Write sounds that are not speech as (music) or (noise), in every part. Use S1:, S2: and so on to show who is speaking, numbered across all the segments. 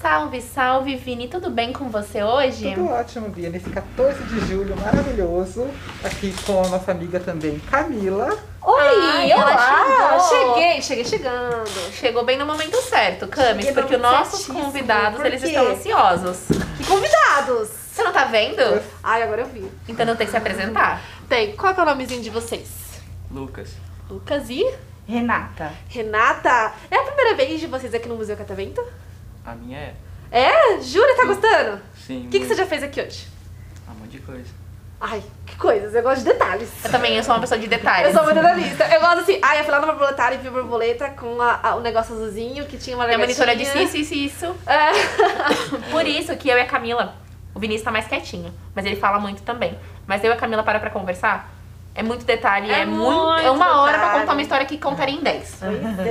S1: Salve, salve, Vini. Tudo bem com você hoje?
S2: Tudo ótimo, Bia. Nesse 14 de julho maravilhoso, aqui com a nossa amiga também, Camila.
S3: Oi,
S1: Ai, ela
S3: olá!
S1: chegou!
S3: Cheguei, cheguei chegando.
S1: Chegou bem no momento certo, Camis,
S3: Cheguei no
S1: porque os
S3: momento
S1: nossos
S3: certíssimo.
S1: convidados,
S3: Por
S1: eles
S3: quê?
S1: estão ansiosos.
S3: E convidados!
S1: Você não tá vendo?
S3: Ai, agora eu vi.
S1: Então não tem que se apresentar.
S3: Tem, qual que é o nomezinho de vocês?
S4: Lucas.
S3: Lucas e
S2: Renata.
S3: Renata. É a primeira vez de vocês aqui no Museu Catavento?
S4: A minha é?
S3: É? Jura? Tá gostando?
S4: Sim.
S3: O que, que você já fez aqui hoje?
S4: Um monte de coisa.
S3: Ai, que coisas, eu gosto de detalhes.
S1: Eu também eu sou uma pessoa de detalhes.
S3: Eu sou muito analista. Eu gosto assim, ai, eu fui lá na borboletária e vi a borboleta com a- a- o negócio azulzinho que tinha uma
S1: Minha monitora
S3: de É.
S1: disse isso, isso, isso. (laughs) Por isso que eu e a Camila, o Vinícius tá mais quietinho, mas ele fala muito também. Mas eu e a Camila para pra conversar. É muito detalhe, é,
S3: É
S1: muito.
S3: muito
S1: É uma hora pra
S3: detalhe.
S1: contar uma história que contaria em 10.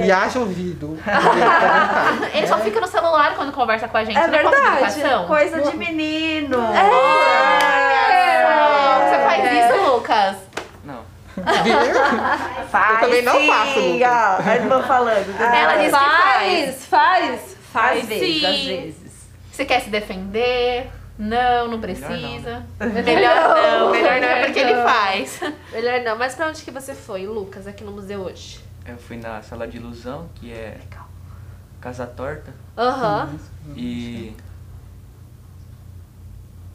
S2: E haja ouvido. Bia, tá vontade.
S1: Ele só fica no celular quando conversa com a gente,
S3: É
S1: não como
S3: verdade.
S1: educação.
S5: Coisa de menino.
S1: É. Não, Você faz
S3: É.
S1: isso, Lucas?
S4: Não.
S2: Viu?
S5: Faz
S2: Eu também não
S5: sim,
S2: faço, Lucas.
S5: ó. A irmã falando.
S1: Ela disse que faz.
S3: faz, faz, faz.
S5: Às vezes,
S1: sim.
S5: às vezes.
S1: Você quer se defender? Não, não precisa. Melhor não,
S3: (laughs) Não.
S1: melhor não é porque ele
S3: Não.
S1: faz. (laughs)
S3: Melhor não, mas pra onde que você foi, Lucas, aqui no museu hoje?
S4: Eu fui na sala de ilusão, que é Casa Torta.
S3: Aham.
S4: E.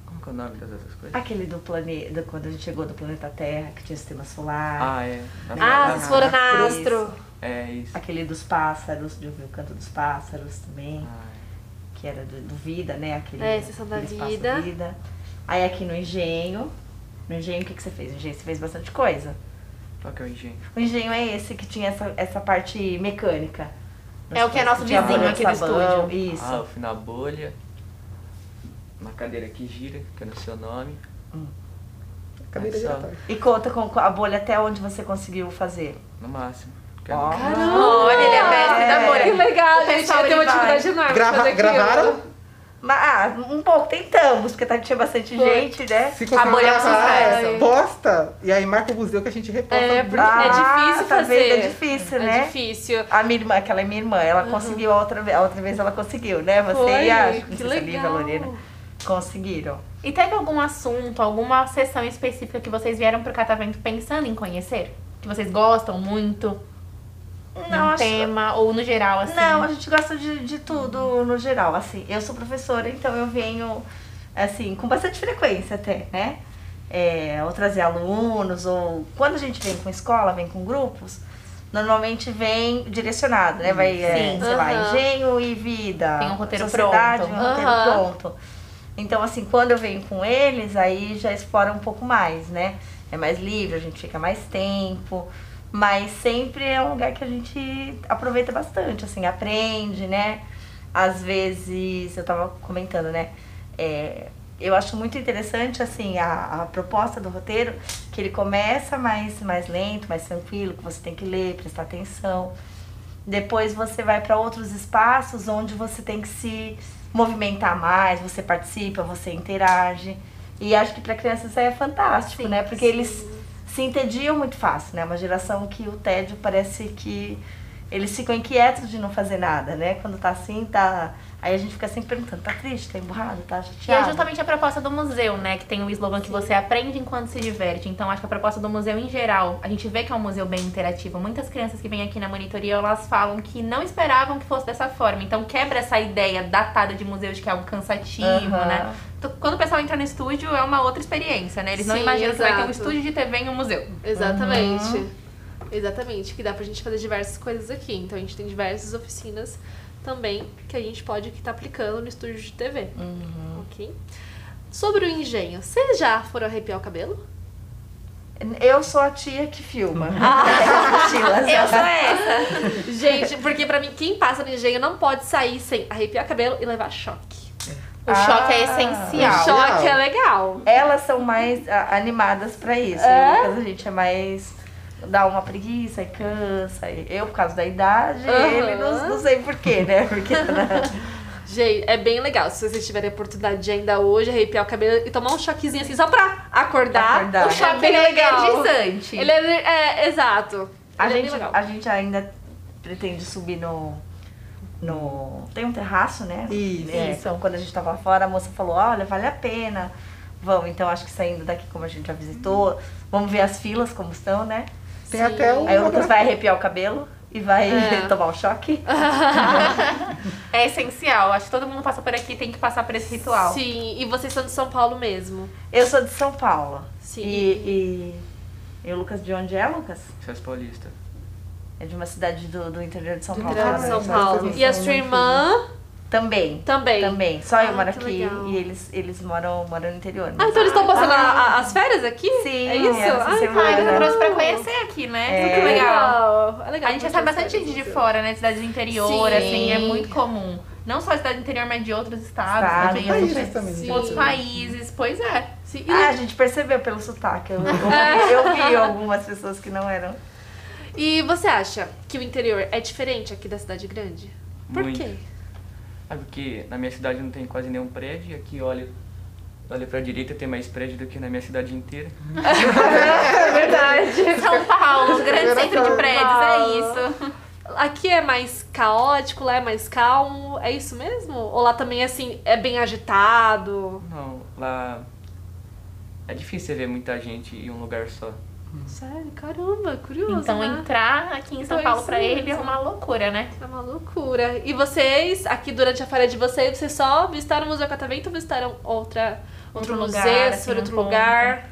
S4: Como que é o nome das outras coisas?
S5: Aquele do planeta, quando a gente chegou do planeta Terra, que tinha sistema solar.
S4: Ah, é. Na
S3: Ah,
S4: sala-
S3: vocês foram na
S5: Isso.
S3: Astro.
S4: É isso.
S5: Aquele dos pássaros, de ouvir o canto dos pássaros também,
S4: Ah, é.
S5: que era do, do Vida, né? Aquele,
S3: É, Sessão da
S5: aquele espaço
S3: Vida.
S5: vida. Aí aqui no Engenho. No Engenho, o que, que você fez? No Engenho, você fez bastante coisa.
S4: Qual que é o engenho?
S5: O Engenho é esse que tinha essa, essa parte mecânica.
S1: É o que é nosso
S5: Tinha a
S1: vizinho
S5: bolha
S1: aqui
S5: de
S1: do
S5: sabão, Isso.
S4: Ah, eu fui na bolha. Uma cadeira que gira, que eu não sei o nome.
S2: Cadeira
S4: É só.
S2: giratória.
S5: E conta com a bolha até onde você conseguiu fazer.
S4: No máximo. Que é eu
S5: Ó.
S4: não-
S3: Ah,
S1: Olha, ele é mestre da bolha.
S3: Que legal,
S1: O
S3: gente.
S1: pessoal,
S3: Eu tenho uma
S1: ele vai.
S3: dificuldade enorme de
S2: Grava-
S3: fazer aquilo.
S2: gravaram?
S5: Mas, ah, um pouco tentamos, porque tá, tinha bastante
S3: Foi.
S5: gente, né?
S2: Se
S1: A bolha é um
S2: colocar,
S1: sucesso.
S2: Posta. E aí marca o museu que a gente reposta.
S3: É,
S2: no
S3: porque
S2: museu.
S3: é difícil
S5: tá
S3: fazer.
S5: vendo? É difícil, né?
S3: É difícil. Uhum.
S5: A minha irmã, aquela é minha irmã, ela conseguiu a outra, vez- a outra vez, ela conseguiu, né? Você
S3: Foi,
S5: e a, acho
S3: que
S5: não sei se a Lívia, a
S3: legal.
S5: Lorena conseguiram.
S1: E teve algum assunto, alguma sessão específica que vocês vieram pro Catavento pensando em conhecer? Que vocês gostam muito?
S5: Não,
S1: um
S5: acho-
S1: tema, ou no geral, assim?
S5: Não, a gente gosta de, de tudo no geral, assim. Eu sou professora, então eu venho, assim, com bastante frequência até, né? É, ou trazer alunos, ou quando a gente vem com escola, vem com grupos, normalmente vem direcionado, né? Vai, é,
S1: Sim.
S5: sei lá,
S3: Aham.
S5: engenho e vida.
S1: Tem um roteiro
S5: sociedade,
S1: pronto.
S5: Um roteiro
S3: Aham.
S5: pronto. Então, assim, quando eu venho com eles, aí já explora um pouco mais, né? É mais livre, a gente fica mais tempo. Mas sempre é um lugar que a gente aproveita bastante, assim, aprende, né? Às vezes, eu tava comentando, né? É, eu acho muito interessante, assim, a, a proposta do roteiro, que ele começa mais, mais lento, mais tranquilo, que você tem que ler, prestar atenção. Depois você vai para outros espaços onde você tem que se movimentar mais, você participa, você interage. E acho que para crianças isso aí é fantástico, né? Porque eles se entediam muito fácil, né? Uma geração que o tédio parece que eles ficam inquietos de não fazer nada, né? Quando tá assim, tá. Aí a gente fica sempre perguntando: tá triste, tá emburrado, tá
S1: E é
S5: chateado?
S1: justamente a proposta do museu, né? Que tem o slogan que você aprende enquanto se diverte. Então, acho que a proposta do museu em geral, a gente vê que é um museu bem interativo. Muitas crianças que vêm aqui na monitoria, elas falam que não esperavam que fosse dessa forma. Então, quebra essa ideia datada de museu de que é algo cansativo,
S5: Aham.
S1: né? T- Quando o pessoal entra no estúdio, é uma outra experiência, né? Eles não
S3: Sim,
S1: imaginam que vai ter um
S3: exato.
S1: estúdio de TV em um museu.
S3: Exatamente. Exatamente, que dá pra gente fazer diversas coisas aqui. Então a gente tem diversas oficinas também que a gente pode estar aplicando no estúdio de TV. Ok? Sobre o engenho, vocês já foram arrepiar o cabelo?
S5: Eu sou a tia que filma. Ah.
S1: Eu sou
S3: é.
S1: essa!
S3: Gente, porque pra mim, quem passa no engenho não pode sair sem arrepiar o cabelo e levar choque.
S1: O choque é
S5: Ah.
S1: essencial.
S2: Legal.
S3: Choque é legal.
S5: Elas são mais a- animadas pra isso.
S3: É?
S5: O Lucas, a gente é mais. dá uma preguiça e cansa. E Eu, por causa da idade,
S3: Aham.
S5: ele não, não sei porquê, né? Porque tá na,
S3: Gente, é bem legal. Se vocês tiverem a oportunidade de ainda hoje arrepiar o cabelo e tomar um choquezinho assim só pra acordar.
S5: Acordar.
S3: O
S1: O
S3: choque é
S1: choque
S3: bem
S1: é
S3: legal.
S1: energizante.
S3: Ele é, é, exato.
S5: A
S3: Ele é bem
S5: gente,
S3: legal.
S5: a gente ainda pretende subir no. no tem um terraço, né?
S2: Isso.
S5: É,
S1: Isso.
S5: Quando a gente tava lá fora, a moça falou: olha, vale a pena. Vamos, então acho que saindo daqui, como a gente já visitou, vamos ver as filas como estão, né?
S2: Tem
S3: Sim.
S2: até um.
S5: Aí o Lucas vai arrepiar o cabelo e vai
S3: É.
S5: (laughs) tomar um choque.
S1: É essencial. Acho que todo mundo passa por aqui tem que passar por esse ritual.
S3: Sim, e vocês são de São Paulo mesmo.
S5: Eu sou de São Paulo.
S3: Sim.
S5: E, e, e o Lucas, de onde é, Lucas?
S4: Essas paulistas.
S5: É de uma cidade do, do interior de São
S3: do
S5: Paulo.
S3: interior de
S5: né?
S2: também,
S3: São
S2: nós
S3: Paulo.
S2: também
S3: E a
S2: somos
S3: sua irmã
S5: Também.
S3: também.
S5: Também. Só
S3: Ah,
S5: eu moro
S3: que
S5: aqui
S3: legal.
S5: e eles, eles moram, moram no interior. né?
S3: Ah, então eles estão passando a- a- as férias aqui?
S5: Sim,
S3: é isso?
S5: era essa
S3: Ai,
S5: semana.
S1: Ah,
S3: cara,
S1: ele
S5: Legal.
S1: trouxe pra conhecer aqui, né?
S5: É.
S1: Isso que legal.
S3: É legal.
S1: A gente recebe bastante gente de fora, né? Cidade do interior,
S3: Sim.
S1: assim, é muito comum. Não só cidade do interior, mas de outros estados
S5: Estados,
S1: também. a
S2: Países
S1: gente-
S2: também,
S3: Sim.
S2: gente.
S1: Outros países, pois (laughs) é.
S3: Sim, e-
S5: Ah, a gente percebeu pelo
S3: (laughs)
S5: sotaque. Eu, eu, eu vi algumas pessoas que não eram.
S3: E você acha que o interior é diferente aqui da cidade grande? Por
S4: Muito.
S3: quê?
S4: Ah, porque na minha cidade não tem quase nenhum prédio. E aqui, olha, olha pra direita, tem mais prédio do que na minha cidade inteira.
S3: É verdade.
S1: São Paulo, grande
S2: Era
S1: centro de
S2: São
S1: prédios, é
S3: Paulo.
S1: isso.
S3: Aqui é mais caótico, lá é mais calmo, é isso mesmo? Ou lá também, assim, é bem agitado?
S4: Não, lá... É difícil você ver muita gente em um lugar só.
S3: Sério, caramba, curioso,
S1: Então
S3: né?
S1: entrar aqui em São
S3: Pois
S1: Paulo pra
S3: é.
S1: ele é uma loucura, né?
S3: É uma loucura. E vocês, aqui durante a férias de vocês, vocês só visitaram o Museu Catavento ou visitaram outra, outro,
S1: Outro lugar,
S3: museu,
S1: assim,
S3: outro
S1: um
S3: lugar?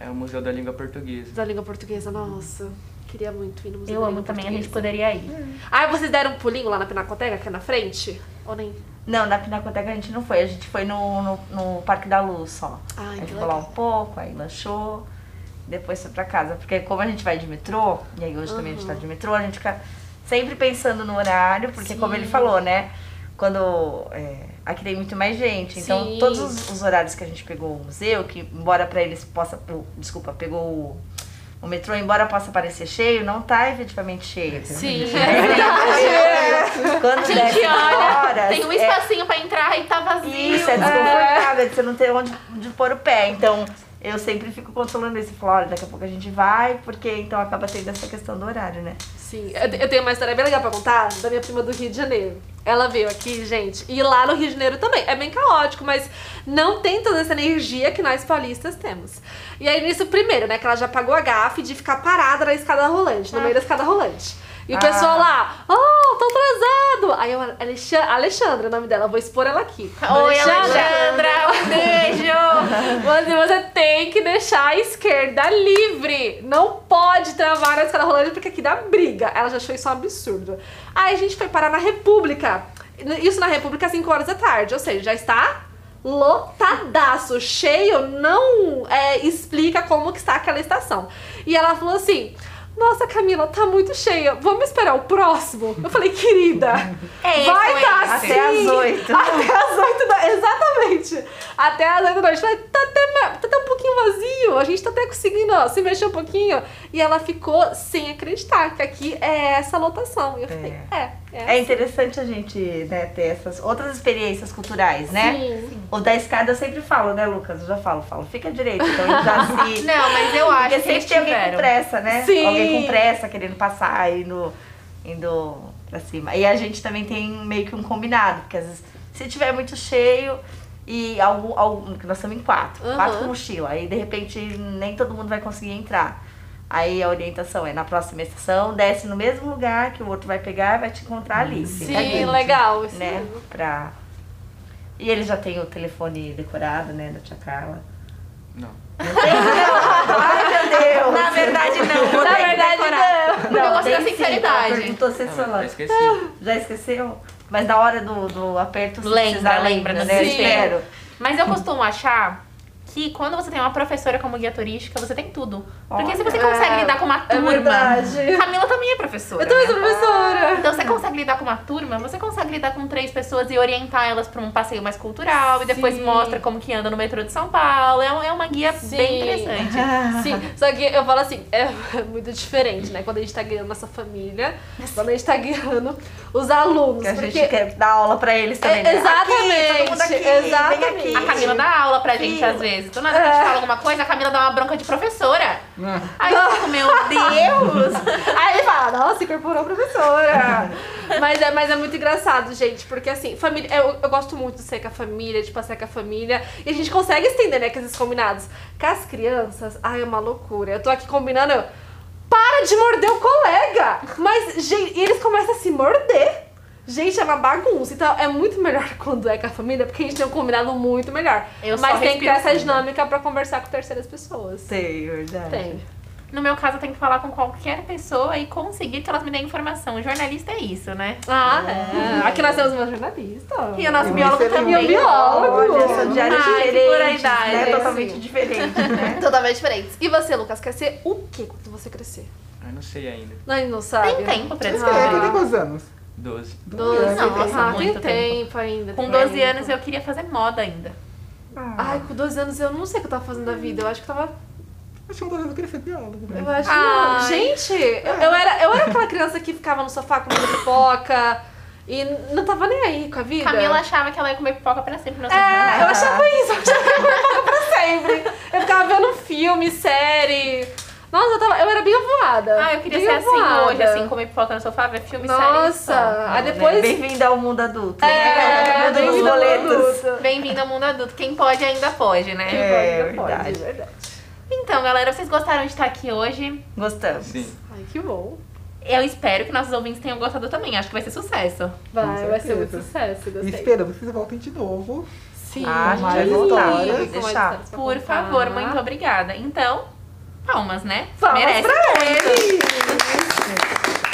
S4: É o Museu da Língua Portuguesa.
S3: Da língua portuguesa, nossa. Queria muito ir no Museu
S1: Eu
S3: da
S1: amo
S3: Língua
S1: também, a gente
S3: Portuguesa.
S1: poderia ir.
S3: Ah, vocês deram um pulinho lá na Pinacoteca, que é na frente? Ou nem?
S5: Não, na Pinacoteca a gente não foi. A gente foi no, no, no Parque da Luz só.
S3: Ai,
S5: a
S3: que
S5: gente ficou lá
S3: legal.
S5: um pouco, aí lanchou, depois foi pra casa. Porque como a gente vai de metrô, e aí hoje também a gente tá de metrô, a gente fica sempre pensando no horário, porque como ele falou, né? Quando. é, aqui tem muito mais gente. Então,
S3: Sim.
S5: todos os, os horários que a gente pegou o museu, que embora pra eles possa. o- Desculpa, pegou o, o metrô, embora possa parecer cheio, não tá efetivamente
S3: (laughs)
S5: cheio.
S3: É, Sim.
S5: Quando
S1: Gente,
S5: desce
S1: olha,
S5: horas,
S1: tem um
S5: é-
S1: espacinho pra entrar e tá vazio.
S5: isso, é desconfortável, de você não ter onde de pôr o pé. Então, eu sempre fico controlando isso. Falo, olha, daqui a pouco a gente vai, porque então acaba tendo essa questão do horário, né?
S3: Sim, eu, eu tenho uma história bem legal pra contar da minha prima do Rio de Janeiro. Ela veio aqui, gente, e lá no Rio de Janeiro também. É bem caótico, mas não tem toda essa energia que nós paulistas temos. E aí, nisso, primeiro, né, que ela já pagou a gafe de ficar parada na escada rolante, no
S1: Ah.
S3: meio da escada rolante. E o pessoal lá, oh, tô atrasado! Aí eu, Alexandra, Alexandra, é o nome dela, eu vou expor ela aqui.
S1: Oi, Alexandra,
S3: (laughs)
S1: um beijo!
S3: Mas você tem que deixar a esquerda livre. Não pode travar na escada rolante porque aqui dá briga. Ela já achou isso um absurdo. Aí a gente foi parar na República. Isso na República às 5 horas da tarde, ou seja, já está lotadaço, cheio, não é, explica como que está aquela estação. E ela falou assim: "Nossa, Camila, tá muito cheia. Vamos esperar o próximo?". Eu falei: "Querida,
S1: É
S3: vai
S1: esse,
S3: tá
S1: é esse.
S3: assim.
S5: Até às
S3: (laughs)
S5: oito.
S3: Até às 8 da Exatamente. Até às 8 da noite. Falei, Tá até, ma- tá até um pouquinho vazio. A gente tá até conseguindo ó, se mexer um pouquinho. E ela ficou sem acreditar que aqui é essa lotação. E eu falei, é. É,
S5: É interessante a gente né, ter essas outras experiências culturais, né?
S3: Sim.
S5: O da escada eu sempre falo, né, Lucas? Eu já falo, falo, fica direito. Então, eu já se...
S1: Não, mas eu acho
S5: Porque
S1: que eles
S5: sempre tem alguém com
S1: tiveram.
S5: pressa, né?
S3: Sim.
S5: Alguém com pressa, querendo passar, indo, indo pra cima. E a gente também tem meio que um combinado, porque às vezes se tiver muito cheio e algum. algum que nós estamos em quatro,
S3: Uhum.
S5: quatro com mochila, aí de repente nem todo mundo vai conseguir entrar. Aí a orientação é na próxima estação, desce no mesmo lugar que o outro vai pegar e vai te encontrar ali.
S3: Sim,
S5: fica quente,
S3: legal. Isso
S5: tá Né?
S3: mesmo.
S5: Pra... E ele já tem o telefone decorado, né, da tia Carla.
S4: Não.
S5: Ai, meu Deus!
S1: Na verdade, não. Vou
S3: Na
S1: ter que
S3: verdade,
S1: decorar.
S3: não.
S1: Eu gosto
S5: tem
S1: da
S5: sim,
S1: sinceridade.
S5: ela Perguntou se
S4: Ah,
S5: esse
S4: mas
S5: celular.
S4: eu esqueci.
S5: Já esqueceu? Mas na hora do, do aperto, se
S1: Lembra,
S5: precisar,
S1: lembra,
S5: né? Eu
S1: sim.
S5: espero.
S1: Mas eu costumo achar que quando você tem uma professora como guia turística, você tem tudo. Porque se você
S3: Olha,
S1: consegue
S3: é,
S1: lidar com uma
S3: é
S1: turma.
S3: verdade.
S1: Camila também é professora.
S3: Eu também
S1: né?
S3: sou professora.
S1: Então você consegue lidar com uma turma, você consegue lidar com três pessoas e orientar elas pra um passeio mais cultural e depois
S3: Sim.
S1: mostra como que anda no metrô de São Paulo. É, um- é uma guia bem
S3: Sim. Ah,
S1: interessante.
S5: Ah.
S3: Sim, só que eu falo assim, é (laughs) muito diferente, né? Quando a gente tá guiando nossa família, quando a gente tá guiando os alunos.
S5: Que a
S3: porque
S5: gente quer dar aula pra eles também. né?
S3: É, exatamente,
S5: Aqui, todo mundo aqui,
S3: exatamente.
S5: vem
S1: A
S5: aqui.
S1: Camila dá aula pra gente
S5: Sim.
S1: às vezes. Do nada que a
S3: É.
S1: gente fala alguma coisa, a Camila dá uma bronca de professora.
S3: Ah.
S1: Aí eu fico,
S3: (laughs)
S1: meu Deus!
S3: Aí ele fala, nossa, incorporou a professora. mas, é, mas é muito engraçado, gente, porque assim, família. Eu, eu gosto muito de ser com a família, de passear com a família. E a gente consegue estender, né, com esses combinados. Com as crianças, ai, é uma loucura. Eu tô aqui combinando. eu, Para de morder o colega! Mas, gente, e eles começam a se morder. Gente, é uma bagunça. Então é muito melhor (laughs) quando é com a família, porque a gente tem um combinado muito melhor.
S1: Eu só
S3: Mas tem que ter
S1: respiro
S3: essa
S1: fundo.
S3: dinâmica pra conversar com terceiras pessoas.
S5: Sei, verdade.
S3: Tem.
S1: No meu caso, eu tenho que falar com qualquer pessoa e conseguir que elas me deem informação. Jornalista é isso, né?
S3: Ah, é. Aqui nós temos uma jornalista.
S1: E o nosso
S2: Eu
S1: biólogo
S2: recebi um
S1: também.
S3: Meu biólogo.
S2: é
S5: Olha, são de áreas
S1: Ai, que
S5: diferentes,
S1: pluralidade,
S5: né?
S1: sim.
S5: Totalmente diferente, né?
S3: Totalmente diferentes. E você, Lucas, quer ser o que quando você crescer?
S4: Ah, não sei ainda.
S3: Não, ele não sabe. né?
S1: Tem tempo pra
S2: Você é, você tem
S1: descobrir.
S2: quantos anos?
S4: 12.
S3: Doze.
S1: Não, nossa,
S3: ah, tem
S1: muito
S3: tempo, ainda.
S1: Com
S3: tem
S1: 12
S3: tempo.
S1: anos eu queria fazer moda ainda.
S3: Ai, com 12 anos eu não sei o que eu tava fazendo da vida. Eu acho que eu tava.
S2: Acho que um dos anos eu queria ser biólogo. né?
S3: Eu acho que.
S1: Ai.
S3: Gente, eu, eu era, eu era aquela criança que ficava no sofá comendo pipoca e não tava nem aí com a vida.
S1: Camila achava que ela ia comer pipoca pra sempre. Não
S3: É, eu achava isso, eu achava que eu ia pra sempre. Eu ficava vendo filme, série. Nossa, eu, tava, eu era bem avoada.
S1: Ah, eu queria
S3: bem
S1: ser assim
S3: avoada.
S1: hoje, assim, comer pipoca no sofá, ver filme, série. só.
S3: Nossa, aí depois.
S5: É, Bem-vindo ao mundo adulto. né?
S3: É,
S5: Mundo dos
S3: bem-vindo ao mundo
S5: boletos.
S3: adulto.
S1: né? Bem-vindo ao mundo adulto. Quem pode, ainda pode, né?
S5: É,
S3: Pode, pode,
S5: verdade.
S3: verdade.
S1: Então, galera, vocês gostaram de estar aqui hoje?
S5: Gostamos.
S4: Sim.
S3: Ai, que bom.
S1: Eu espero que nossos ouvintes tenham gostado também. Acho que vai ser sucesso.
S3: Vai, vai ser
S2: certeza.
S3: muito sucesso,
S2: E
S3: gostei.
S2: esperamos que vocês voltem de novo.
S3: Sim.
S5: Ah, a gente
S2: vai
S3: Sim.
S2: voltar,
S3: Com
S2: né?
S3: mais
S5: Deixar.
S3: histórias pra
S1: Por
S3: contar.
S1: favor, muito obrigada. Então, palmas, né?
S3: Palmas
S1: Merece
S3: pra
S1: muito.
S3: ele.